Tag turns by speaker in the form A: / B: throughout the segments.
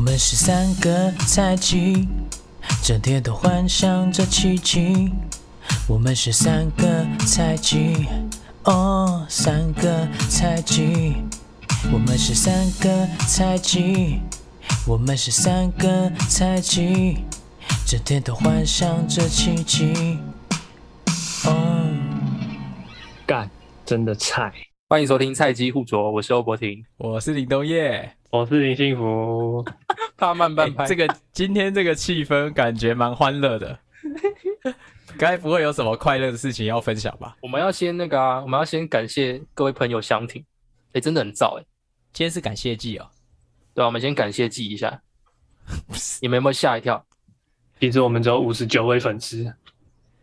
A: 们是三个菜鸡，整天都幻想着奇迹。我们是三个菜鸡，哦，三个菜鸡。我们是三个菜鸡，我们是三个菜鸡，整天都幻想着奇迹。哦，
B: 干，真的菜。
C: 欢迎收听菜鸡互啄，我是欧博 婷，
D: 我是林东业。
B: 我是林幸福，
C: 怕慢半
D: 哎这个今天这个气氛感觉蛮欢乐 的，该不会有什么快乐的事情要分享吧？
C: 我们要先那个啊，我们要先感谢各位朋友相挺，哎，真的很燥哎，
D: 今天是感谢季哦，
C: 对吧、我们先感谢记一 下，你们有没有吓一跳？
B: 其实我们只有五十九位粉丝，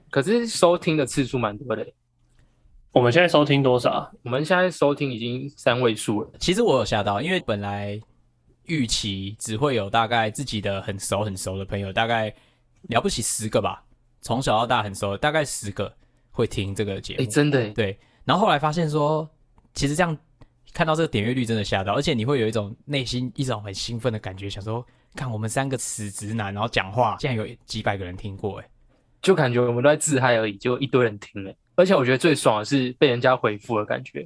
C: 可是收听的次数蛮多的，哎
B: 我们现在收听多少啊？
C: 我们现在收听已经三位数了，
D: 其实我有吓到，因为本来预期只会有大概自己的很熟很熟的朋友，大概了不起十个吧，从小到大很熟，大概十个会听这个节目。
C: 哎，真的哎，
D: 对，然后后来发现说，其实这样看到这个点阅率真的吓到，而且你会有一种内心一种很兴奋的感觉，想说，看我们三个死直男，然后讲话，竟然有几百个人听过，哎，
C: 就感觉我们都在自嗨而已，就一堆人听哎，而且我觉得最爽的是被人家回复的感觉，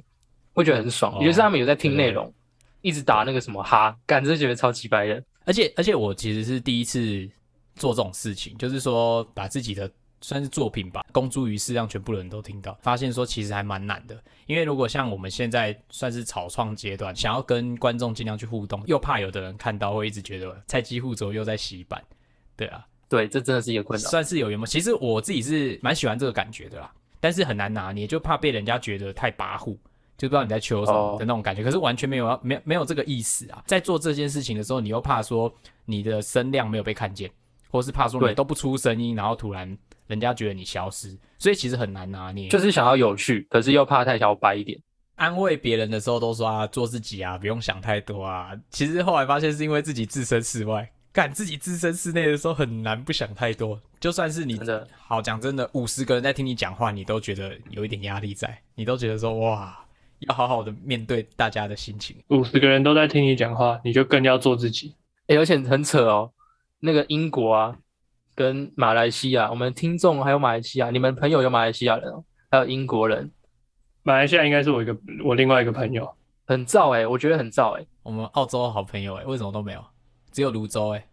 C: 会觉得很爽，
D: 哦
C: 也就是他们有在听
D: 对对
C: 内容，一直打那个什么哈，感真的觉得超级白人。
D: 而且而且我其实是第一次做这种事情，就是说把自己的算是作品吧，公诸于世，让全部人都听到。发现说其实还蛮难的，因为如果像我们现在算是草创阶段，想要跟观众尽量去互动，又怕有的人看到会一直觉得菜鸡互啄又在洗版，对啊。
C: 对，这真的是一个困扰。
D: 算是有圆梦。其实我自己是蛮喜欢这个感觉的啦，但是很难拿捏，就怕被人家觉得太跋扈，就不知道你在求什么
C: 哦
D: 的那种感觉。可是完全没有要啊没有没有这个意思啊，在做这件事情的时候，你又怕说你的声量没有被看见，或是怕说你
C: 对
D: 都不出声音，然后突然人家觉得你消失，所以其实很难拿捏。
C: 就是想要有趣，可是又怕太小白一点。
D: 安慰别人的时候都说啊，做自己啊，不用想太多啊。其实后来发现是因为自己置身事外，干自己置身事内的时候很难不想太多。就算是你
C: 真的
D: 好讲真的，五十个人在听你讲话，你都觉得有一点压力在，你都觉得说哇，要好好的面对大家的心情。
B: 五十个人都在听你讲话，你就更要做自己。
C: 哎、而且很扯哦，那个英国啊，跟马来西亚，我们听众还有马来西亚，你们朋友有马来西亚人、哦，还有英国人，
B: 马来西亚应该是我一个我另外一个朋友，
C: 很燥哎、我觉得很燥哎、欸。
D: 我们澳洲好朋友哎、为什么都没有？只有泸州哎、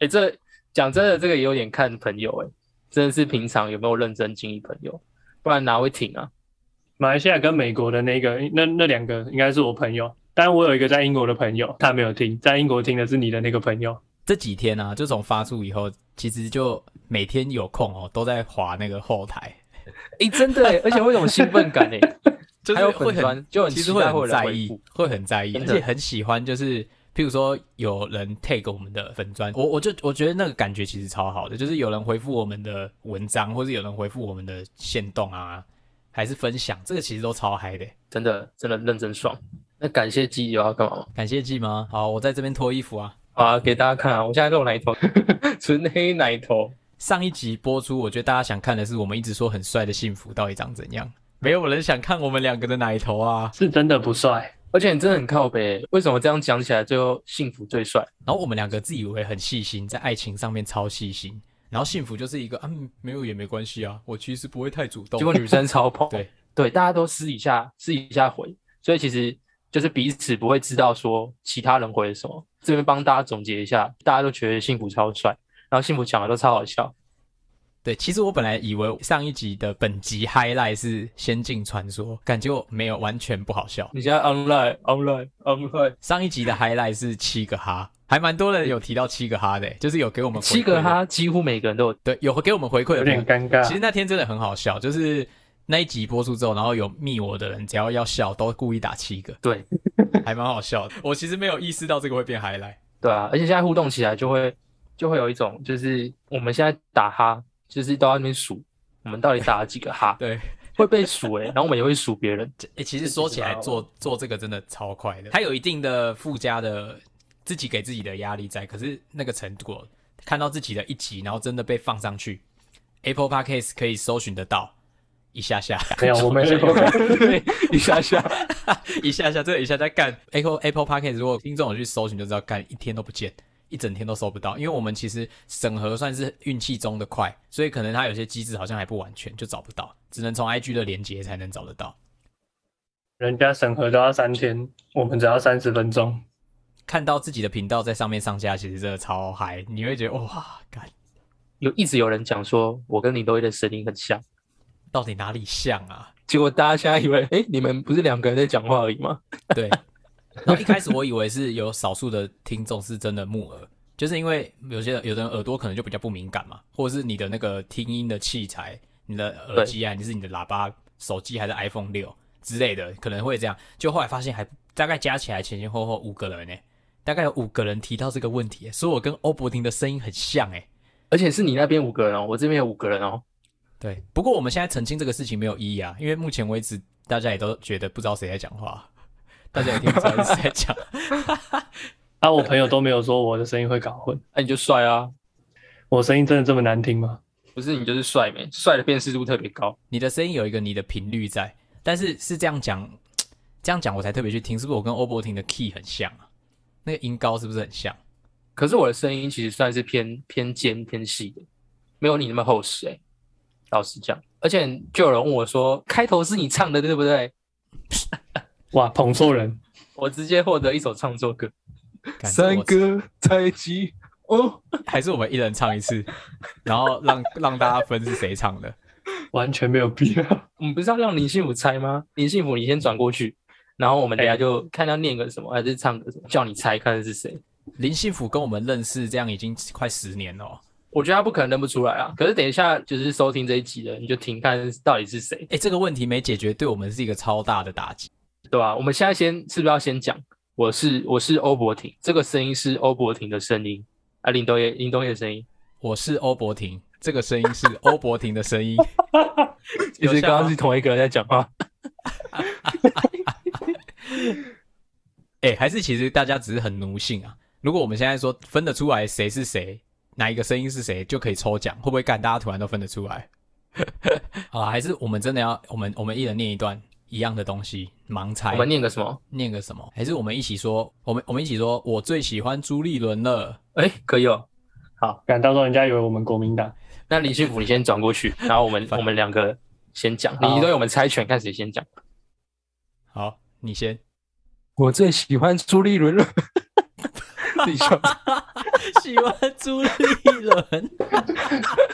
C: 哎、这讲真的，这个也有点看朋友哎、真的是平常有没有认真经营朋友，不然哪会挺啊？
B: 马来西亚跟美国的那个那那两个应该是我朋友，但我有一个在英国的朋友，他没有听，在英国听的是你的那个朋友。
D: 这几天啊，就从发出以后，其实就每天有空哦，都在划那个后台，
C: 哎、真的、欸，而且会有种兴奋感哎、
D: 就是
C: 还有
D: 会
C: 粉
D: 很
C: 砖就很
D: 其实
C: 期
D: 会
C: 待会有
D: 很
C: 人
D: 在
C: 回
D: 意
C: 复，
D: 会很在意，而
C: 真的
D: 且很喜欢。就是譬如说有人 tag 我们的粉砖，我我就我觉得那个感觉其实超好的，就是有人回复我们的文章，或是有人回复我们的线动啊，还是分享，这个其实都超嗨的。欸
C: 真的真的认真爽。那感谢基友要干嘛吗？
D: 感谢季吗？好，我在这边脱衣服啊。
C: 好啊，给大家看啊，我现在露奶 头，纯黑奶头。
D: 上一集播出，我觉得大家想看的是我们一直说很帅的幸福到底长怎样，没有人想看我们两个的奶头啊。
B: 是真的不帅，
C: 而且你真的很靠北，欸为什么这样讲起来最后幸福最帅？
D: 然后我们两个自以为很细心，在爱情上面超细心，然后幸福就是一个啊，嗯没有也没关系啊，我其实不会太主动。
C: 结果女生超捧，
D: 对
C: 对，大家都私底下私底下回，所以其实就是彼此不会知道说其他人回了什么。这边帮大家总结一下，大家都觉得幸福超帅，然后幸福讲的都超好笑，
D: 对，其实我本来以为上一集的本集 highlight 是《仙境传说》，感觉我没有完全不好笑。
C: 你现在 online online online
D: 上一集的 highlight 是七个哈，还蛮多人有提到七个哈的，就是有给我们回馈的
C: 七个，哈，几乎每个人都有，
D: 对，有给我们回馈的
B: 有
D: 朋
B: 点
D: 友。
B: 尴尬
D: 其。实那天真的很好笑，就是那一集播出之后，然后有密我的人，只要要笑都故意打七个，
C: 对
D: 还蛮好笑的。我其实没有意识到这个会变 highlight。，
C: 对啊，而且现在互动起来就会就会有一种就是我们现在打哈，就是都在那边数我们到底打了几个哈
D: 对，
C: 会被数诶、然后我们也会数别人。
D: 欸，其实说起来
B: 蛮好
D: 做做这个真的超快的，它有一定的附加的自己给自己的压力在，可是那个成果看到自己的一集，然后真的被放上去，Apple Podcast 可以搜寻得到。一下下，
B: 没有，我没有。
C: 对，一下下，
D: 一下下，这一下下干 Apple Apple Podcast，如果听众有去搜寻就知道，干一天都不见，一整天都收不到，因为我们其实审核算是运气中的快，所以可能它有些机制好像还不完全，就找不到，只能从 IG 的连接才能找得到。
B: 人家审核都要三天，我们只要三十分钟。
D: 看到自己的频道在上面上架，其实真的超嗨，你会觉得哇，干，
C: 有一直有人讲说我跟林多一的声音很像，
D: 到底哪里像啊？
C: 结果大家现在以为，哎、你们不是两个人在讲话而已吗？
D: 对。然后一开始我以为是有少数的听众是真的木耳，就是因为有些有的人耳朵可能就比较不敏感嘛，或者是你的那个听音的器材，你的耳机啊，你是你的喇叭、手机还是 iPhone 六之类的，可能会这样。就后来发现还大概加起来前前后后五个人呢、欸大概有五个人提到这个问题、欸所以我跟欧博婷的声音很像哎、
C: 而且是你那边五个人哦，我这边有五个人哦。
D: 对，不过我们现在澄清这个事情没有意义啊，因为目前为止大家也都觉得不知道谁在讲话， 大家也听不出来是谁在讲。
B: 啊，我朋友都没有说我的声音会搞混，
C: 那、你就帅啊，
B: 我声音真的这么难听吗？
C: 不是你就是帅没？帅的辨识度特别高。
D: 你的声音有一个你的频率在，但是是这样讲，这样讲我才特别去听，是不是我跟欧博婷的 key 很像啊？那个音高是不是很像？
C: 可是我的声音其实算是偏偏尖偏细的，没有你那么厚实哎、老实讲，而且就有人问我说，开头是你唱的对不对？
B: 哇，捧错人！
C: 我直接获得一首唱作歌，
D: 干
C: 三，个在一起哦。
D: 我还是我们一人唱一次， 然后让让大家分是谁唱的。
B: 完全没有必要。
C: 我们嗯不是要让林信福猜吗？林信福，你先转过去，然后我们等一下就看他念个什么，还是唱个什么，叫你猜看是谁。
D: 林信福跟我们认识这样已经快十年了哦，
C: 我觉得他不可能认不出来啊。可是等一下就是收听这一集的，你就听看到底是谁，
D: 哎，这个问题没解决，对我们是一个超大的打击。
C: 对吧、我们现在先是不是要先讲？我是我是欧博婷，这个声音是欧博婷的声音，啊，林东业林东业的声音。
D: 我是欧博婷，这个声音是欧博婷的声音。
C: 其
D: 有
C: 实
D: 效
C: 刚刚
D: 吗
C: 是 同一个人在讲话，
D: 哎、还是其实大家只是很奴性啊。如果我们现在说分得出来谁是谁，哪一个声音是谁，就可以抽奖，会不会干？大家突然都分得出来？ 好啦，还是我们真的要我们我们一人念一段一样的东西，盲猜。
C: 我们念个什么？
D: 念个什么？还是我们一起说？我们我们一起说，我最喜欢朱立伦了。
C: 哎，可以哦。
B: 敢到时候人家以为我们国民党，
C: 那林信福你先转过去，然后我 们我们两个先讲，你
B: 好
C: 一队我们猜拳看谁先讲。
D: 好，你先。
C: 我最喜欢朱立伦了， 自己笑。
D: 喜欢朱立伦。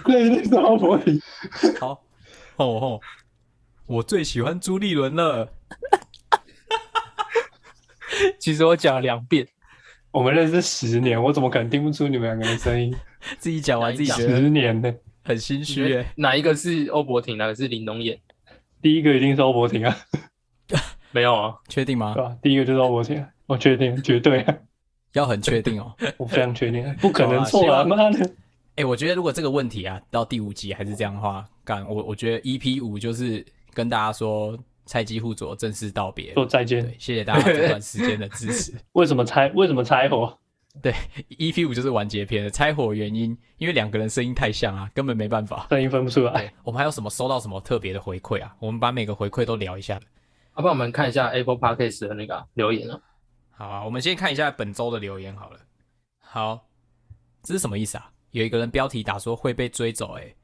B: 那一定是欧博婷。
D: 好，吼吼，我最喜欢朱立伦了。
C: 其实我讲了两遍，
B: 我们认识十年，我怎么可能听不出你们两个的声音？
D: 自己讲完自己觉
B: 十
D: 得
B: 年呢，
D: 很心虚耶、
C: 哪一个是欧博婷，哪个是林东彦？
B: 第一个一定是欧博婷啊，
C: 没有啊，
D: 确定吗
B: 对？吧、第一个就是欧博婷啊，我确定，绝对啊、
D: 要很确定哦。
B: 我非常确定，不可能
D: 好啊
B: 错啊！
D: 希
B: 妈的，
D: 哎、我觉得如果这个问题啊，到第五集还是这样的话，干我我觉得 EP 五就是跟大家说菜鸡互啄正式道别。
B: 说再见。
D: 对，谢谢大家这段时间的支持。
B: 为什么猜？为什么猜火？
D: EP 五就是完结篇了，拆火原因因为两个人声音太像啊，根本没办法。
B: 声音分不出来。
D: 我们还有什么收到什么特别的回馈啊？我们把每个回馈都聊一下。
C: 要啊不然我们看一下 Apple Podcast 的那个啊、留言啊。
D: 好啊，我们先看一下本周的留言好了。好，这是什么意思啊？有一个人标题打说会被追走、欸，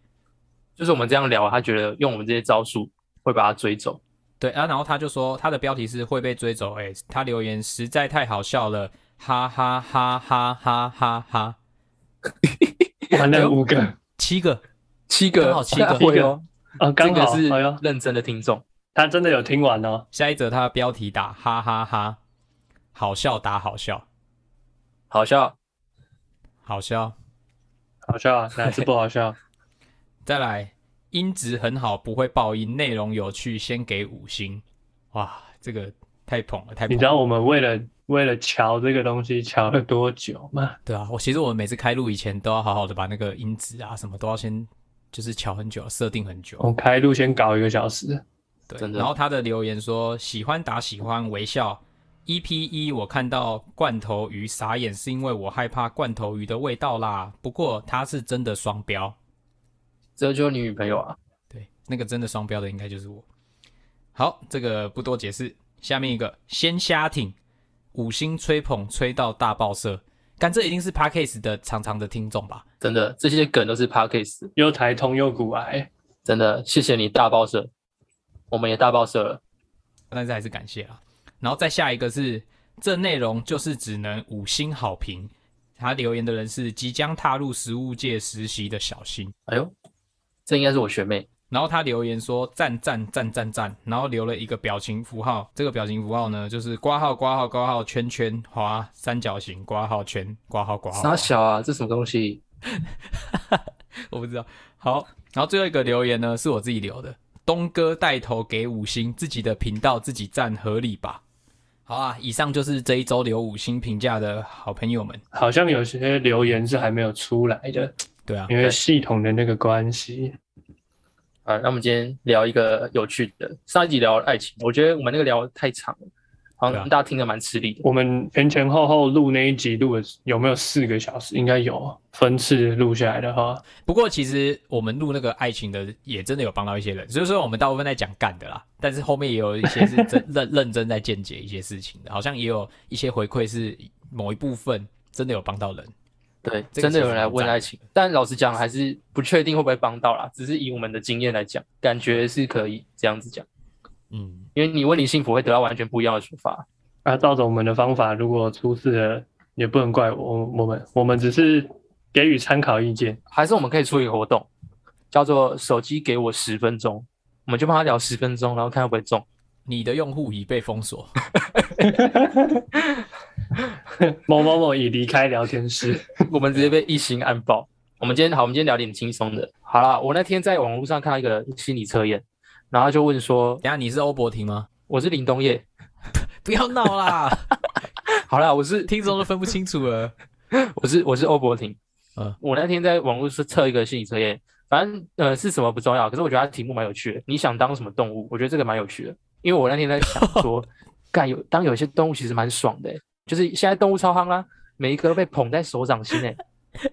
C: 就是我们这样聊啊，他觉得用我们这些招数会把他追走。
D: 对啊，然后他就说他的标题是会被追走，哎，他留言实在太好笑了，哈哈哈哈哈哈哈，
B: 完了五个
D: 七个，
C: 七个，
D: 刚好七个
C: 那会哦，
B: 啊，
C: 这
B: 刚
C: 个
B: 好。
C: 是
B: 哎呦，
C: 认真的听众。
B: 他真的有听完哦。
D: 下一则他的标题打哈哈哈，好笑打好笑，
C: 好笑，
D: 好笑，
B: 好笑啊，哪次不好笑？
D: 再来音质很好，不会爆音，内容有趣，先给五星，哇，这个太捧了，太捧了
B: 你知道我们为了为了瞧这个东西瞧了多久吗？
D: 对啊，我其实我们每次开录以前都要好好的把那个音质啊什么都要先就是瞧很久，设定很久。
B: 我哦开路先搞一个小时，
D: 对，
C: 真的
D: 然后他的留言说喜欢打喜欢微笑。EP 一我看到罐头鱼傻眼，是因为我害怕罐头鱼的味道啦。不过他是真的双标，
C: 这就是你女朋友啊。
D: 对，那个真的双标的应该就是我。好，这个不多解释。下面一个鲜虾艇，五星吹捧吹到大爆射，但这一定是 Parkes 的常常的听众吧？
C: 真的，这些梗都是 Parkes，
B: 又台通又古癌，
C: 真的，谢谢你大报社，我们也大报社了。
D: 但是还是感谢啊。然后再下一个是，这内容就是只能五星好评。他留言的人是即将踏入食物界实习的小新，
C: 哎呦，这应该是我学妹，
D: 然后他留言说赞赞赞赞赞，然后留了一个表情符号，这个表情符号呢就是挂号挂号挂号圈圈划三角形挂号圈挂号挂号，
C: 傻小啊，这什么东西？
D: 我不知道。好，然后最后一个留言呢是我自己留的，东哥带头给五星，自己的频道自己赞合理吧。好啊，以上就是这一周留五星评价的好朋友们。
B: 好像有些留言是还没有出来的，
D: 对啊，
B: 因为系统的那个关系。
C: 啊，那我们今天聊一个有趣的。上一集聊爱情，我觉得我们那个聊得太长了，好
D: 对啊
C: 像大家听得蛮吃力的。
B: 我们前前后后录那一集录了有没有四个小时？应该有分次录下来的话，
D: 不过其实我们录那个爱情的也真的有帮到一些人，所以说我们大部分在讲干的啦，但是后面也有一些是真 认认真在见解一些事情的，好像也有一些回馈是某一部分真的有帮到人。
C: 对，
D: 这个
C: 真的
D: 其
C: 有
D: 实
C: 人来
D: 蛮
C: 问
D: 赞
C: 爱情，但老实讲还是不确定会不会帮到啦。只是以我们的经验来讲，感觉是可以这样子讲，
D: 嗯，
C: 因为你问你幸福会得到完全不一样的说法。
B: 那、啊照着我们的方法，如果出事了也不能怪我我们，我们只是给予参考意见。
C: 还是我们可以出一个活动，叫做手机给我十分钟，我们就帮他聊十分钟，然后看会不会中。
D: 你的用户已被封锁，
B: 某某某已离开聊天室，
C: 我们直接被一星暗爆。我们今天好，我们今天聊点轻松的。好啦，我那天在网络上看到一个心理测验，然后他就问说
D: 等一下你是欧博婷吗？
C: 我是林东业，
D: 不要闹啦，
C: 好啦，我是
D: 听众都分不清楚 了。
C: 我是我是欧博婷。
D: 嗯
C: 我那天在网络是测一个心理测验，反正呃是什么不重要，可是我觉得它题目蛮有趣的。你想当什么动物？我觉得这个蛮有趣的，因为我那天在想 说，干有当有些动物其实蛮爽的欸、就是现在动物超夯啦，每一个都被捧在手掌心诶、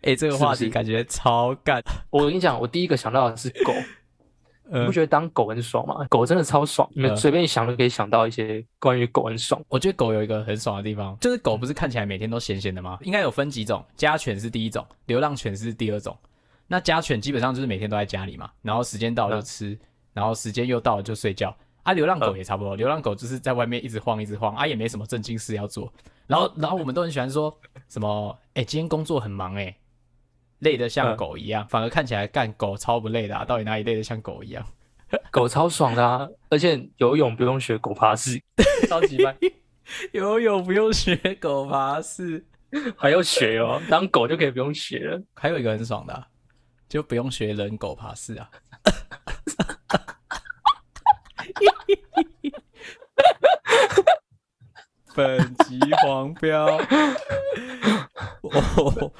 D: 哎、这个话题
C: 是不是
D: 感觉超干，
C: 我跟你讲，我第一个想到的是狗，你
D: 呃
C: 不，觉得当狗很爽吗？狗真的超爽，你们
D: 嗯
C: 随便想都可以想到一些关于狗很爽。
D: 我觉得狗有一个很爽的地方，就是狗不是看起来每天都闲闲的吗？应该有分几种，家犬是第一种，流浪犬是第二种。那家犬基本上就是每天都在家里嘛，然后时间到了就吃，然后时间又到了就睡觉。啊，流浪狗也差不多，流浪狗就是在外面一直晃一直晃，啊也没什么正经事要做。然后，然后我们都很喜欢说什么，哎、今天工作很忙哎、累得像
C: 嗯
D: 狗一样，反而看起来干狗超不累的、啊，到底哪里累得像狗一样？
C: 狗超爽的啊，而且游泳不用学狗爬式，超 级棒，
D: 游泳不用学狗爬式。
C: 还要学哦，当狗就可以不用学了。
D: 还有一个很爽的啊、就不用学人狗爬式 啊。本集黄 标，哦，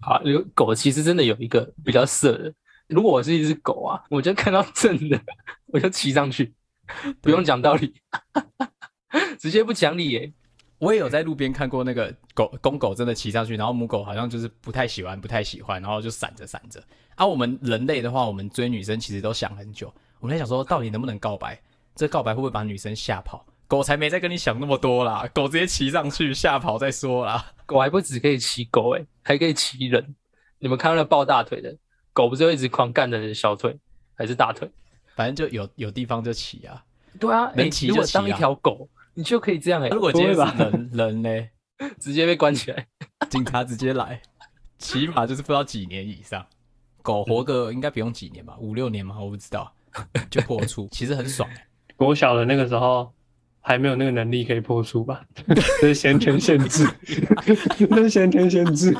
C: 啊，有狗其实真的有一个比较色的。如果我是一只狗啊，我就看到正的，我就骑上去，不用讲道理， 直接不讲理耶。
D: 我也
C: 嗯
D: 有在路边看过那个狗公狗真的骑上去，然后母狗好像就是不太喜欢，不太喜欢，然后就闪着闪着。啊，我们人类的话，我们追女生其实都想很久，我们在想说到底能不能告白，这告白会不会把女生吓跑？狗才没在跟你想那么多啦，狗直接骑上去吓跑再说啦。
C: 狗还不止可以骑狗哎，还可以骑人。你们看到那抱大腿的狗，不是会一直狂干人的小腿还是大腿？
D: 反正就有有地方就骑啊。
C: 对啊，
D: 能
C: 哎
D: 骑
C: 如
D: 就
C: 果
D: 骑
C: 当一
D: 啊
C: 条狗，你就可以这样哎。
D: 如果
C: 不
D: 今天
C: 会
D: 是
C: 吧，
D: 人人呢，
C: 直接被关起来。
D: 警察直接来，起码就是不知道几年以上。狗活个应该不用几年吧，五六年嘛，我不知道，就破处，其实很爽、欸。
B: 国小的那个时候还没有那个能力可以破处吧？ 这是先天限制， 这是先天限制。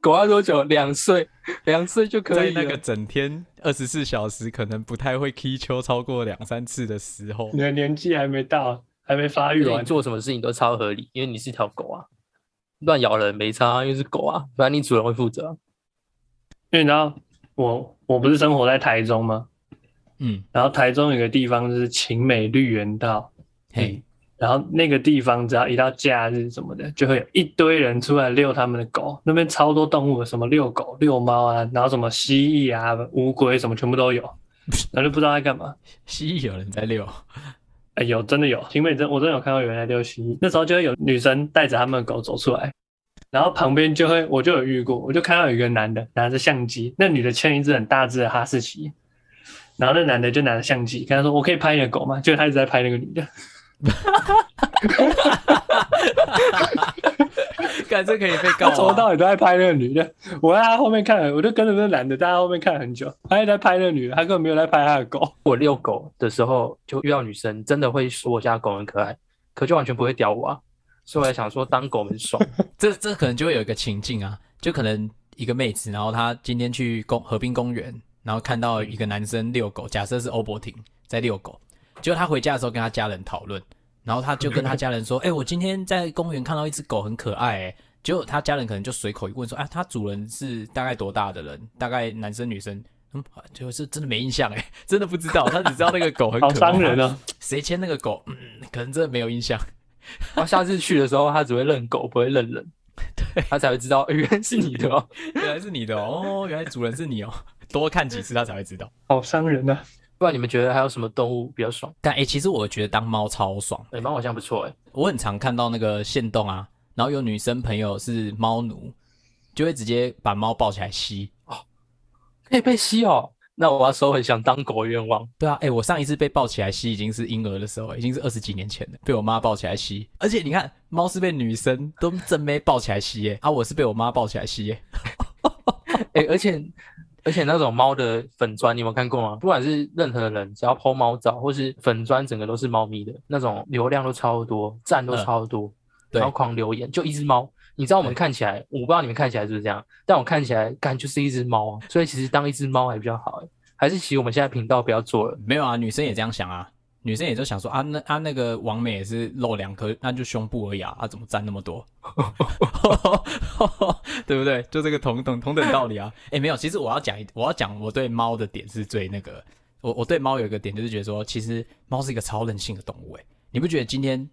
C: 狗要多久？两岁，两岁就可
D: 在
C: 以啊
D: 那个
C: 了
D: 整天二十四小时可能不太会踢球超过两三次的时候
B: 你，的年纪还没到，还没发育
C: 因为
B: 完
C: 你。做什么事情都超合理，因为你是一条狗啊，乱咬人没差啊，因为是狗啊，反正你主人会负责啊。
B: 因为你知道，我我不是生活在台中吗？
D: 嗯，
B: 然后台中有个地方就是晴美绿园道，
D: 嘿，
B: 然后那个地方只要一到假日什么的，就会有一堆人出来遛他们的狗。那边超多动物的，什么遛狗、遛猫啊，然后什么蜥蜴 啊、乌龟什么全部都有，然后就不知道在干嘛。
D: 蜥蜴有人在遛，
B: 哎、有真的有，秦美真我真的有看到有人在溜蜥蜴，那时候就会有女生带着他们的狗走出来，然后旁边就会我就有遇过，我就看到有一个男的拿着相机，那女的牵一只很大只的哈士奇，然后那男的就拿着相机跟他说：“我可以拍你的狗吗？”就他一直在拍那个女的，
D: 干这可以被告
B: 他 从
D: 啊！
B: 头到尾都在拍那个女的，我在他后面看了，我就跟着那男的在他后面看了很久，他一直在拍那个女的，他根本没有在拍他的狗。
C: 我遛狗的时候就遇到女生，真的会说我家的狗很可爱，可就完全不会屌我啊。所以我在想说，当狗很爽，
D: 这这可能就会有一个情境啊，就可能一个妹子，然后她今天去公河滨公园，然后看到
B: 嗯
D: 一个男生遛狗，假设是欧博婷在遛狗，结果她回家的时候跟她家人讨论，然后她就跟她家人说：“ 哎、我今天在公园看到一只狗，很可爱、欸。”结果她家人可能就随口一问说：“啊，它主人是大概多大的人？大概男生女生？”嗯，就是真的没印象哎、 真的不知道，她只知道那个狗很可
B: 好
D: 爱。
B: 伤人！啊！
D: 谁牵那个狗？嗯，可能真的没有印象。
C: 然后下次去的时候，它只会认狗，不会认人，它才会知道欸原来是你的哦。
D: 原来是你的哦，哦原来主人是你哦，多看几次他才会知道。
B: 好伤人啊！
C: 不然你们觉得还有什么动物比较爽？
D: 但哎、欸其实我觉得当猫超爽，
C: 哎、猫好像不错哎、
D: 我很常看到那个线动啊，然后有女生朋友是猫奴，就会直接把猫抱起来吸。
C: 可以被吸哦。那我要收回想当狗的愿望。
D: 对啊，哎、我上一次被抱起来吸已经是婴儿的时候，已经是二十几年前了，被我妈抱起来吸。而且你看，猫是被女生都正妹抱起来吸耶，啊，我是被我妈抱起来吸耶。
C: 哎、而且而且那种猫的粉砖，你有没有看过吗？不管是任何人，只要 PO 猫照，或是粉砖整个都是猫咪的那种流量都超多，赞都超多，
D: 对
C: 然后狂留言，就一只猫。你知道我们看起来，我不知道你们看起来是不是这样，但我看起来感就是一只猫啊，所以其实当一只猫还比较好哎。还是其实我们现在频道不要做了，
D: 没有啊，女生也这样想啊，女生也就想说啊，那啊那个王美也是露两颗，那就胸部而已啊，啊怎么占那么多？ 对不对？就这个同等同等道理啊。 哎、没有，其实我要讲一，我要讲我对猫的点是最那个，我我对猫有一个点就是觉得说，其实猫是一个超任性的动物、欸，你不觉得今天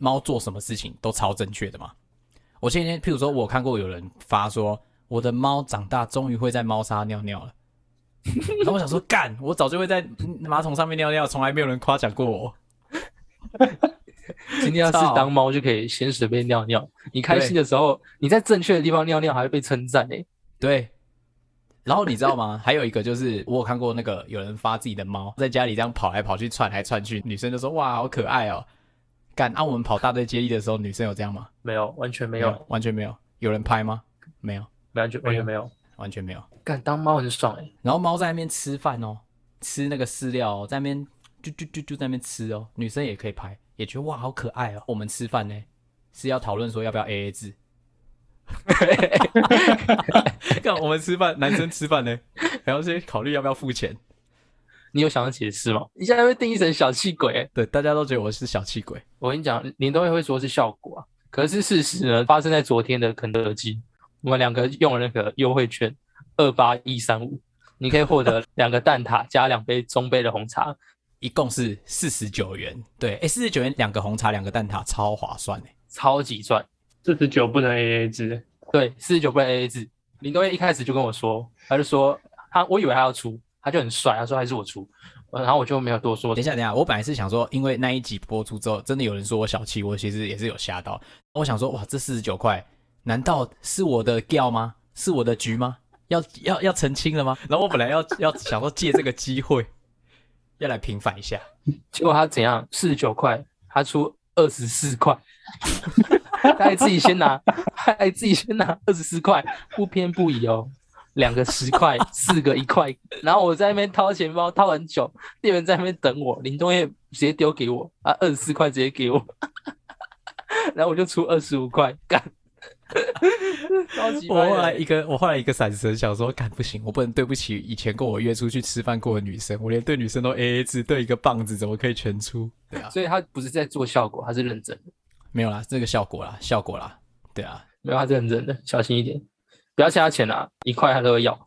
D: 猫做什么事情都超正确的吗？我前几天，譬如说，我看过有人发说，我的猫长大终于会在猫砂尿尿了。然后我想说，干，我早就会在嗯马桶上面尿尿，从来没有人夸奖过我。
C: 今天要是
D: 操
C: 当猫就可以先随便尿尿，你开心的时候，你在正确的地方尿尿还会被称赞哎。
D: 对。然后你知道吗？还有一个就是，我有看过那个有人发自己的猫在家里这样跑来跑去、窜来窜去，女生就说：“哇，好可爱哦！”干，啊，我们跑大队接力的时候，女生有这样吗？
C: 没有，完全没有，，
D: 完全没有。有人拍吗？没有，
C: 完全完全没有。
D: 完全没有。
C: 干当猫很爽哎、
D: 然后猫在那边吃饭哦，吃那个饲料哦，在那边啾啾啾啾在那边吃哦。女生也可以拍，也觉得哇，好可爱哦。我们吃饭呢是要讨论说要不要 A A 制。 看我们吃饭，男生吃饭呢，还要先考虑要不要付钱。
C: 你有想要解释吗？你现在被定义成小气鬼欸、
D: 对，大家都觉得我是小气鬼。
C: 我跟你讲，林东也会说是效果啊，可是事实呢，发生在昨天的肯德基，我们两个用了那个优惠券二八一三五，你可以获得两个蛋挞加两杯中杯的红茶。
D: 一共是四十九元，对，哎，四十九元两个红茶，两个蛋挞，超划算哎。
C: 超级赚，
B: 四十九不能 AA 制，
C: 对，四十九不能 AA 制。林东业一开始就跟我说，他就说他我以为他要出，他就很帅，他说还是我出，呃然后我就没有多说
D: 等一。下，等一下，我本来是想说，因为那一集播出之后，真的有人说我小气，我其实也是有吓到。我想说，哇，这四十九块，难道是我的调吗？是我的局吗？要要要澄清了吗？然后我本来要要想说借这个机会，要来平反一下。
C: 结果他怎样？四十九块，他出二十四块， 他还自己先拿， 他还自己先拿二十四块，不偏不倚哦。两个十块， 四个一块，然后我在那边掏钱包，掏很久，店员在那边等我，林东业直接丢给我，啊，二十四块直接给我， 然后我就出二十五块，干， 超级
D: 我
C: 白
D: 后
C: 的
D: 来一个，我后来一个闪神，想说，干不行，我不能对不起以前跟我约出去吃饭过的女生，我连对女生都 A A 制，对一个棒子怎么可以全出？对啊，
C: 所以他不是在做效果，他是认真的，
D: 没有啦，这个效果啦，效果啦，对啊，
C: 没有他是认真的，小心一点，不要欠他钱啊，一块他都会要。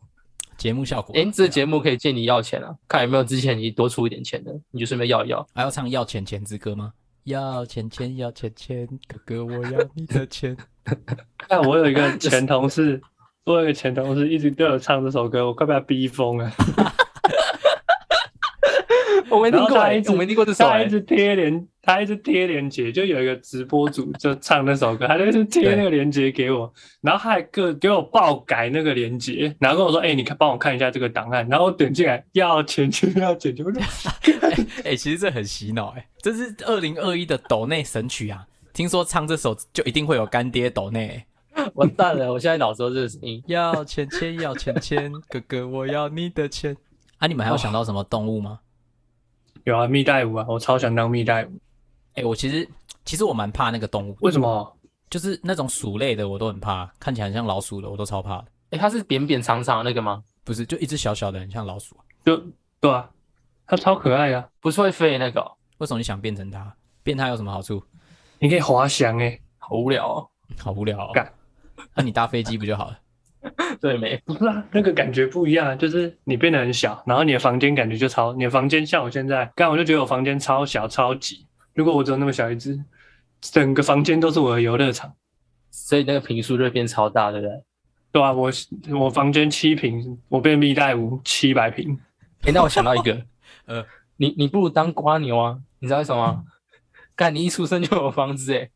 D: 节目效果。
C: 哎，这
D: 对啊
C: 节目可以借你要钱啊，看有没有之前你多出一点钱的，你就顺便要一要。
D: 还要唱《要钱钱之歌》吗？要钱钱要钱钱，哥哥我要你的 钱。
B: 但我有一个前同事，我有一个前同事一直对我唱这首歌，我快被他逼疯了。
C: 我没听
B: 然后
C: 过
B: 他
C: 哎、
B: 一直
C: 我没听 过这首
B: 他
C: 哎、
B: 一直贴连，他一直贴连接，就有一个直播主就唱那首歌，他就是贴那个连接给我，然后他还各给我爆改那个连接，然后跟我说：“哎、你看帮我看一下这个档案。”然后我点进来要钱就要钱，就我说
D: 哎、其实这很洗脑哎、这是二零二一的抖内神曲啊！听说唱这首就一定会有干爹抖内、
C: 完蛋了，我现在脑子都是声音。
D: 要钱钱要钱钱，哥哥我要你的钱 哦啊！你们还有想到什么动物吗？
B: 有啊，蜜袋鼯啊，我超想当蜜袋鼯，
D: 哎、我其实其实我蛮怕那个动物，
B: 为什么？
D: 就是那种鼠类的我都很怕，看起来很像老鼠的我都超怕的。
C: 哎、它是扁扁长长的那个吗？
D: 不是，就一只小小的，很像老鼠、
B: 就对啊，它超可爱啊，
C: 不是会飞的那个哦、
D: 为什么你想变成它？变它有什么好处？
B: 你可以滑翔哎、
C: 好无聊哦。
D: 好无聊、哦
B: 干。
D: 那、你搭飞机不就好了？，
C: 对没？
B: 不是啊，那个感觉不一样，啊，就是你变得很小，然后你的房间感觉就超，你的房间像我现在，刚我就觉得我房间超小超级，如果我只有那么小一只，整个房间都是我的游乐场，
C: 所以那个频数就会变超大，对不对？
B: 对啊，我我房间七平，我变蜜袋鼯七百平，
C: 哎、那我想到一 个
D: 呃，
C: 你你不如当瓜牛啊，你知道为什么吗？干，你一出生就有房子哎、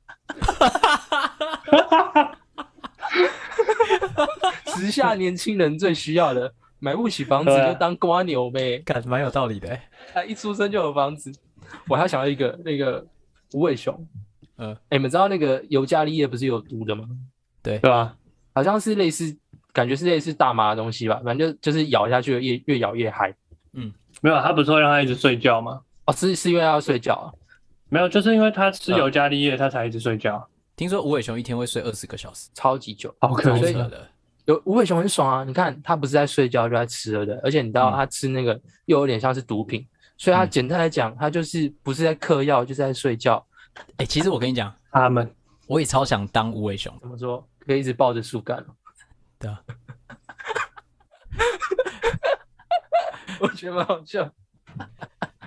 C: 时下年轻人最需要的，买不起房子
B: 对啊
C: 就当瓜牛呗，
D: 感蛮有道理的、欸。
C: 他一出生就有房子。我还想到一个那个无尾熊，
D: 呃
C: 哎、你们知道那个尤加利叶不是有毒的吗？
B: 对吧、
C: 好像是类似，感觉是类似大麻的东西吧，反正就就是咬下去越越咬越嗨。
B: 没有啊，他不是会让它一直睡觉吗？
C: 哦，是是因为要睡觉啊？
B: 没有，就是因为它吃
C: 嗯
B: 尤加利叶，它才一直睡觉，
D: 听说无尾熊一天会睡二十个小时，
C: 超级久。
B: 好可
D: 超
B: 怜
C: 对所以
D: 扯。的。
C: 有无尾熊很爽啊！你看它不是在睡觉就在吃了的，而且你知道
D: 嗯
C: 它吃那个又有点像是毒品，所以它
D: 嗯
C: 简单来讲，它就是不是在嗑药，就是在睡觉。
D: 哎、其实我跟你讲，
B: 他们
D: 我也超想当无尾熊，
C: 怎么说？可以一直抱着树干哦。
D: 对啊
C: 我觉得蛮好笑。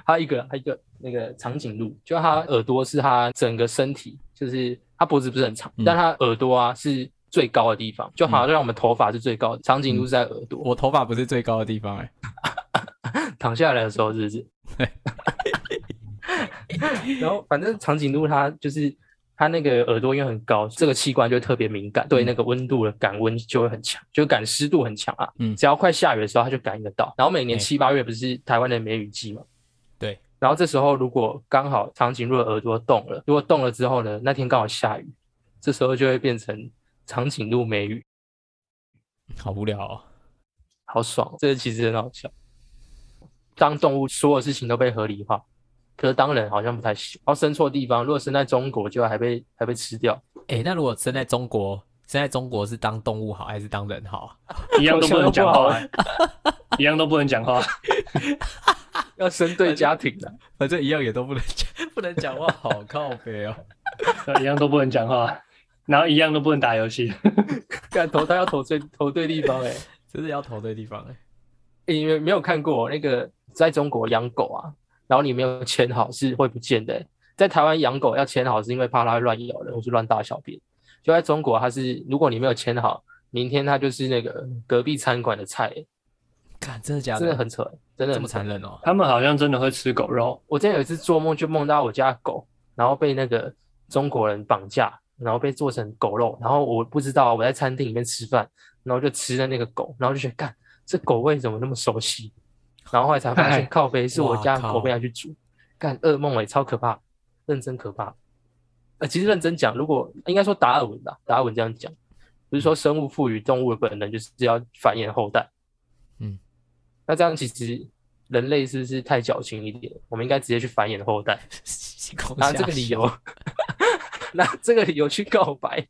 C: 还有一个，还有一个那个长颈鹿，就
D: 嗯
C: 它耳朵是它整个身体，就是它脖子不是很长，
D: 嗯
C: 但它耳朵啊是最高的地方，就好像我们头发是最高的，长颈
D: 嗯
C: 鹿是在耳朵。
D: 我头发不是最高的地方哎、
C: 躺下来的时候，是不 是？然后反正长颈鹿它就是它那个耳朵因为很高，这个器官就会特别敏感，
D: 嗯
C: 对那个温度的感温就会很强，就感湿度很强啊。
D: 嗯
C: 只要快下雨的时候，它就感应得到。然后每年
D: 哎
C: 七八月不是台湾的梅雨季嘛？
D: 对。
C: 然后这时候如果刚好长颈鹿的耳朵动了，如果动了之后呢，那天刚好下雨，这时候就会变成长颈鹿梅雨，
D: 好无聊哦。
C: 好爽哦！这个其实很好笑。当动物所有事情都被合理化，可是当人好像不太行。然后生错地方，如果生在中国，就还被还被吃掉。
D: 哎、那如果生在中国，生在中国是当动物好还是当人好啊？
B: 一样都不能讲
C: 好
B: 话
C: 像，
B: 一样都不能讲话。
C: 要生对家庭的，
D: 反正一样也都不能讲， 不能讲话，好靠北哦。
B: 对一样都不能讲话，然后一样都不能打游戏。
C: 干投胎要投对投对地方哎、
D: 真是要投对地方哎、
C: 欸你们没有看过那个在中国养狗啊，然后你没有牵好是会不见的欸、在台湾养狗要牵好是因为怕它会乱咬人或是乱大小便，就在中国它是如果你没有牵好，明天它就是那个隔壁餐馆的菜欸、
D: 看，真的假的？
C: 真的很扯欸、真的
D: 这
C: 很
D: 么
C: 惨。
D: 残忍 哦。
B: 他们好像真的会吃狗肉，
C: 我之前有一次做梦就梦到我家的狗，然后被那个中国人绑架，然后被做成狗肉，然后我不知道我在餐厅里面吃饭，然后就吃了那个狗，然后就觉得干这狗味怎么那么熟悉，然后后来才发
B: 哎
C: 现靠背是我家的
D: 哇靠
C: 狗被拿去煮，干噩梦哎、超可怕，认真可怕。呃，其实认真讲，如果应该说达尔文吧，达尔文这样讲，不
B: 嗯
C: 是说生物赋予动物的本能就是要繁衍后代，
D: 嗯，
C: 那这样其实人类是不是太矫情一点？我们应该直接去繁衍后代，拿这个
D: 啊
C: 理由， 拿这个理由去告白。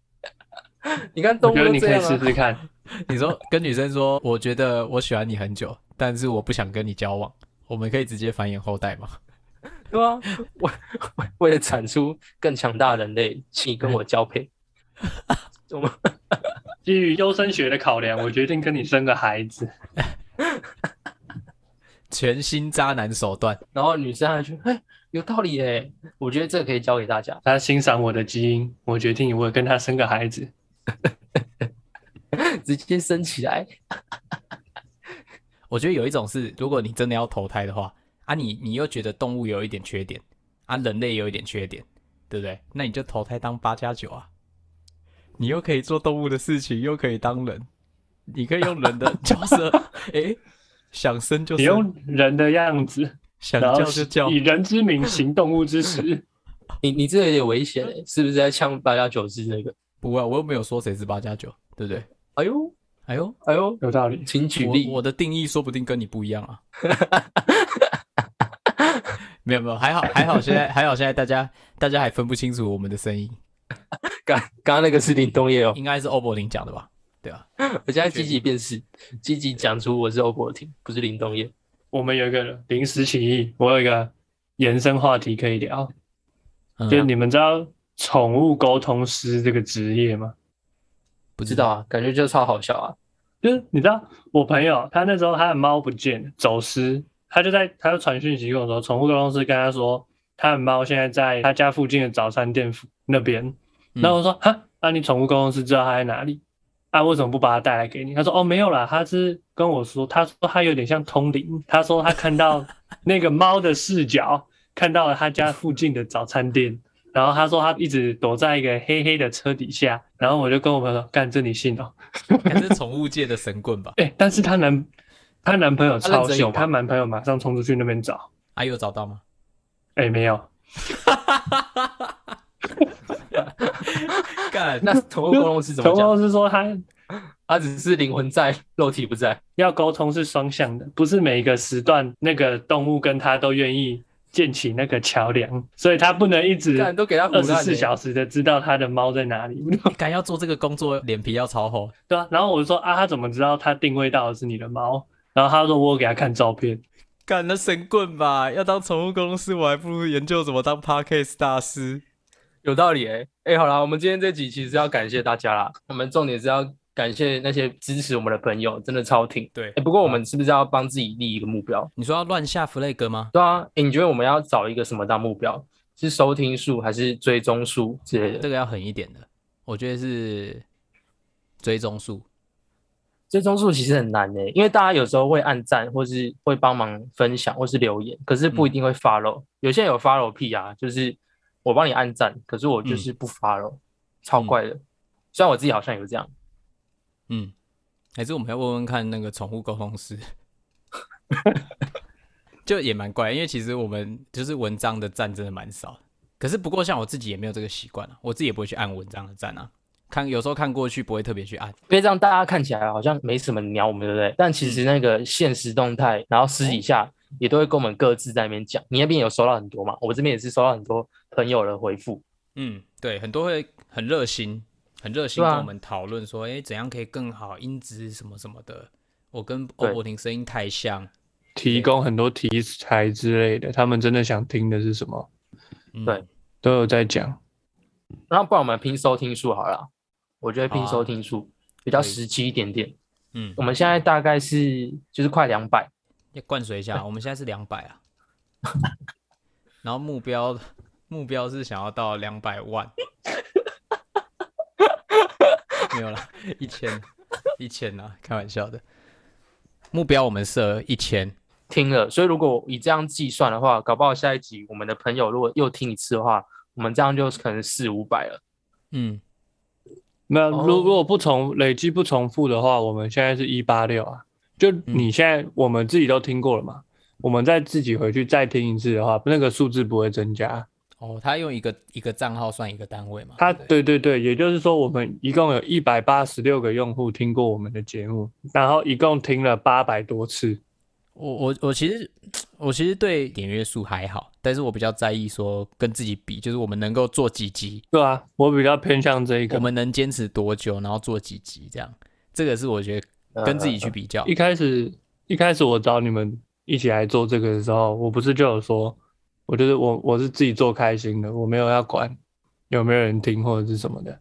C: 你看
B: 我
C: 动物
B: 觉得
C: 都
B: 你
C: 这
B: 可以
C: 样
B: 试
C: 啊，
B: 试看。
D: 你说跟女生说，我觉得我喜欢你很久，但是我不想跟你交往，我们可以直接繁衍后代吗？
C: 对啊，为为 为了产出更强大的人类，请
B: 嗯
C: 你跟我交配。我们
B: 基于优生学的考量，我决定跟你生个孩子。
D: 全新渣男手段，
C: 然后女生还觉得，哎，有道理耶。我觉得这个可以教给大家。
B: 他欣赏我的基因，我决定我跟他生个孩子。
C: 直接升起来，
D: 我觉得有一种是，如果你真的要投胎的话，啊你，你又觉得动物有一点缺点啊，人类有一点缺点，对不对？那你就投胎当八加九啊，你又可以做动物的事情，又可以当人，你可以用人 的角色，诶，想生就
B: 你
D: 生，
B: 用人的样子，
D: 想
B: 然后
D: 叫就叫
B: 以，人之名行动物之 实。
C: 你你这有点危险、欸，是不是在呛八加九之那个？
D: 不会、啊，我又没有说谁是八加九，对不对？
C: 哎呦
D: 哎呦，
C: 哎呦，
B: 有道理，
C: 请举例
D: 我。我的定义说不定跟你不一样 啊。没有没有，还好还好，现在 还好现在大家大家还分不清楚我们的声音，
C: 刚刚刚那个是林东业哦，
D: 应该是欧柏林讲的吧？对吧？
C: 我现在积极辨识，积极讲出我是欧博廷，不是林东业。
B: 我们有一个临时起意，我有一个延伸话题可以聊，
D: 嗯
B: 就是你们知道宠物沟通师这个职业吗？
D: 不
C: 知道啊，感觉就超好笑啊。
B: 就是你知道我朋友他那时候他的猫不见了，走失，他就在他就传讯息跟我说，宠物沟通师跟他说他的猫现在在他家附近的早餐店附那边，
D: 嗯
B: 然后我说哈，那、你宠物沟通师知道他在哪里？啊，为什么不把它带来给你？他说哦没有啦，他是跟我说，他说他有点像通灵，他说他看到那个猫的视角，看到了他家附近的早餐店。然后他说他一直躲在一个黑黑的车底下，然后我就跟我朋友说：“干，这你信哦？”
D: 还是宠物界的神棍吧？
B: 哎、但是她男她男朋友
C: 她认
B: 超
C: 真有
B: 幸，
C: 吗
B: 她男朋友马上冲出去那边找，
D: 啊，有找到吗？
B: 哎、没有，
D: 干，
C: 那宠物沟通是怎么
B: 同
C: 讲？
B: 公是说他
C: 他只是灵魂在， 肉体不在。
B: 要沟通是双向的，不是每一个时段那个动物跟他都愿意建起那个桥梁，所以他不能一直
C: 干都给他胡
B: 二
C: 乱
B: 十
C: 欸
B: 四小时的知道他的猫在哪里，
D: 干要做这个工作，脸皮要超厚。
B: 对啊，然后我就说啊，他怎么知道他定位到的是你的猫？然后他说我有给他看照片，
D: 干那神棍吧，要当宠物公司，我还不如研究怎么当 podcast 大师。
C: 有道理哎、欸、哎、好啦，我们今天这集其实要感谢大家啦，我们重点是要感谢那些支持我们的朋友，真的超挺。
D: 对
C: 哎、，不过我们是不是要帮自己立一个目标？
D: 你说要乱下 flag 吗？
C: 对啊，哎，你觉得我们要找一个什么当目标？是收听数还是追踪数之类
D: 这
C: 的？
D: 个要狠一点的，我觉得是追踪数。
C: 追踪数其实很难呢、欸因为大家有时候会按赞，或是会帮忙分享，或是留言，可是不一定会 follow、有些人有 follow 屁啊，就是我帮你按赞，可是我就是不 follow，、超怪的。虽然我自己好像有这样，
D: 嗯，还是我们要问问看那个宠物沟通师， 就也蛮怪，因为其实我们就是文章的赞真的蛮少的，可是不过像我自己也没有这个习惯啊，我自己也不会去按文章的赞啊，看有时候看过去不会特别去按，
C: 因为这样大家看起来好像没什么鸟我们，对不对？但其实那个现实动态，然后私底下也都会跟我们各自在那边讲。你那边有收到很多嘛？我这边也是收到很多朋友的回复。
D: 嗯，对，很多会很热心，很热心
C: 对啊
D: 跟我们讨论说，哎、怎样可以更好，音质什么什么的，我跟欧
C: 对
D: 柏林声音太像，
B: 提供很多题材之类的，他们真的想听的是什么
D: 嗯、
C: 对
B: 都有在讲。
C: 然后不然我们拼收听数好了，我觉得拼
D: 好啊
C: 收听数比较
D: 可以
C: 实际一点点。
D: 嗯
C: 我，们现在大概是就是快两百，
D: 要灌水一 下，我们现在是两百啊，然后目标目标是想要到两百万，没有啦，一千一千啊，开玩笑的。目标我们设一千，
C: 听了，所以如果以这样计算的话，搞不好下一集我们的朋友如果又听一次的话，我们这样就可能四五百了。
D: 嗯，
B: 那
C: 哦
B: 如如果不重累积不重复的话，我们现在是一八六啊，就你现在我们自己都听过了嘛，我们再自己回去再听一次的话，那个数字不会增加。
D: 哦，他用一个一个账号算一个单位嘛？
B: 它
D: 对
B: 对对对，也就是说我们一共有一百八十六个用户听过我们的节目，然后一共听了八百多次。
D: 我我我其实我其实对点阅数还好，但是我比较在意说跟自己比，就是我们能够做几集，
B: 对啊，我比较偏向这一个。
D: 我们能坚持多久，然后做几集这样，这个是我觉得跟自己去比较。
C: 嗯
B: 一开始一开始我找你们一起来做这个的时候，我不是就有说，我就是我我是自己做开心的，我没有要管有没有人听或者是什么的。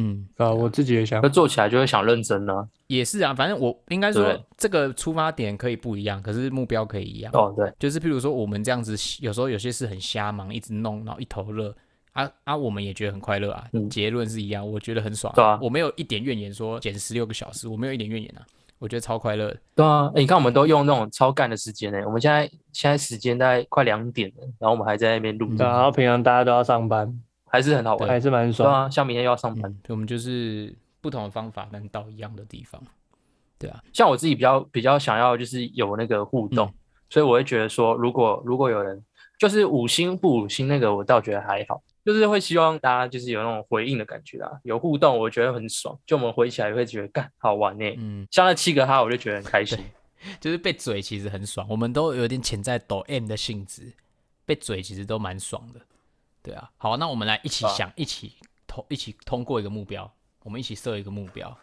D: 嗯，
B: 啊，我自己也想
C: 那，做起来就会想认真呢、
D: 也是啊，反正我应该说
C: 对
D: 这个出发点可以不一样，可是目标可以一样。
C: 哦，对，
D: 就是譬如说我们这样子，有时候有些事很瞎忙，一直弄，然后一头热啊啊，我们也觉得很快乐啊。
C: 嗯
D: 结论是一样，我觉得很爽、
C: 对啊
D: 我没有一点怨言说减十六个小时，我没有一点怨言啊。我觉得超快乐的。
C: 对啊，诶你看我们都用那种超干的时间呢、我们现在现在时间大概快两点了，然后我们还在那边录，
D: 嗯
B: 对啊，然后平常大家都要上班，
C: 还是很好玩。
B: 还是蛮
C: 对
B: 爽。
C: 啊，像明天又要上班，
D: 嗯，我们就是不同的方法，但到一样的地方。
C: 像我自己比较比较想要就是有那个互动，
D: 嗯
C: 所以我会觉得说，如果如果有人就是五星不五星那个，我倒觉得还好，就是会希望大家就是有那种回应的感觉啦，有互动，我觉得很爽。就我们回起来会觉得干好玩呢、
D: 嗯，
C: 像那七个哈，我就觉得很开心。
D: 就是被嘴其实很爽，我们都有点潜在抖 M 的性质，被嘴其实都蛮爽的。对啊，好，那我们来一起
C: 啊
D: 想，一起通一起通过一个目标，我们一起设一个目标，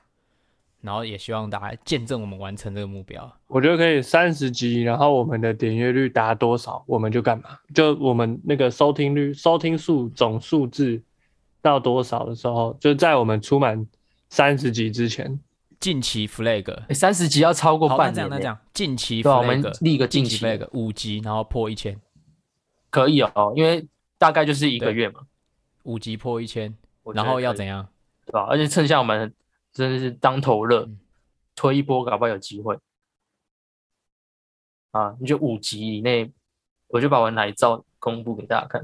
D: 然后也希望大家见证我们完成这个目标。
B: 我觉得可以三十集，然后我们的点阅率达多少，我们就干嘛？就我们那个收听率、收听数总数字到多少的时候，就在我们出满三十集之前，
D: 近期 flag，
C: 三十集要超过
D: 好，那
C: 半
D: 这
C: 年
D: 样
C: 呢、
D: 那这样，近期
C: 对啊
D: flag，
C: 我们立个
D: 近
C: 近
D: 期
C: 期
D: flag 五集，然后破一千，
C: 可以哦，因为大概就是一个
D: 对
C: 月嘛，
D: 五集破一千，
C: 我觉
D: 然
C: 得
D: 后要
C: 可以
D: 怎样？
C: 对吧？而且趁下我们真的是当头热，推一波，搞不好有机会。啊，你就五集以内，我就把我奶照公布给大家看。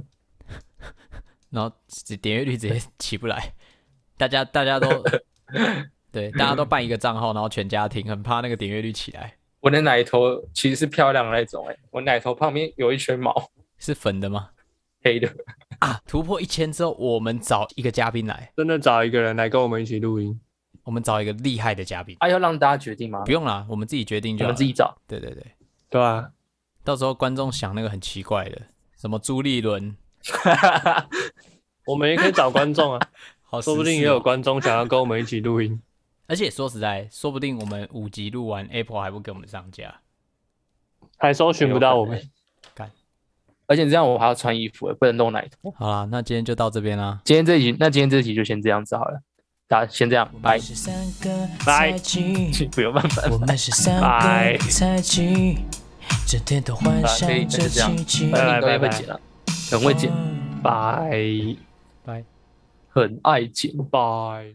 D: 然后只点阅率直接起不来，大家大家都 对，大家都办一个账号，然后全家庭很怕那个点阅率起来，
C: 我的奶头其实是漂亮的那种、欸，我奶头旁边有一圈毛，
D: 是粉的吗？
C: 黑的。
D: 啊，突破一千之后，我们找一个嘉宾来，
B: 真的找一个人来跟我们一起录音。
D: 我们找一个厉害的嘉宾，
C: 啊，要让大家决定吗
D: 不？用啦，我们自己决定
C: 我
D: 就好
C: 们
D: 了。
C: 自己找。
D: 对对对，
B: 对啊，
D: 到时候观众想那个很奇怪的，什么朱立伦，
B: 我们也可以找观众 啊，
D: 好时事哦，
B: 说不定也有观众想要跟我们一起录音。
D: 而且说实在，说不定我们五集录完，Apple 还不给我们上架。
B: 还搜寻不到我们
C: 有。可能
D: 干。
C: 而且这样我还要穿衣服、欸，不能露奶头。
D: 好啦，那今天就到这边啦，
C: 今天这集，那今天这集就先这样子好了，大家先这样，拜。
A: 是三个
B: 拜
A: 菜鸡。
C: 不用慢慢。
A: 我们是三
B: 拜
C: 哎
A: 个菜鸡，整天都幻想
C: 可以那
A: 着
C: 就这样
A: 奇迹。
B: 拜拜
C: 反正你都也会剪了、啊很会剪，
A: 嗯
B: 拜
D: 拜。
C: 很爱剪。
B: 拜。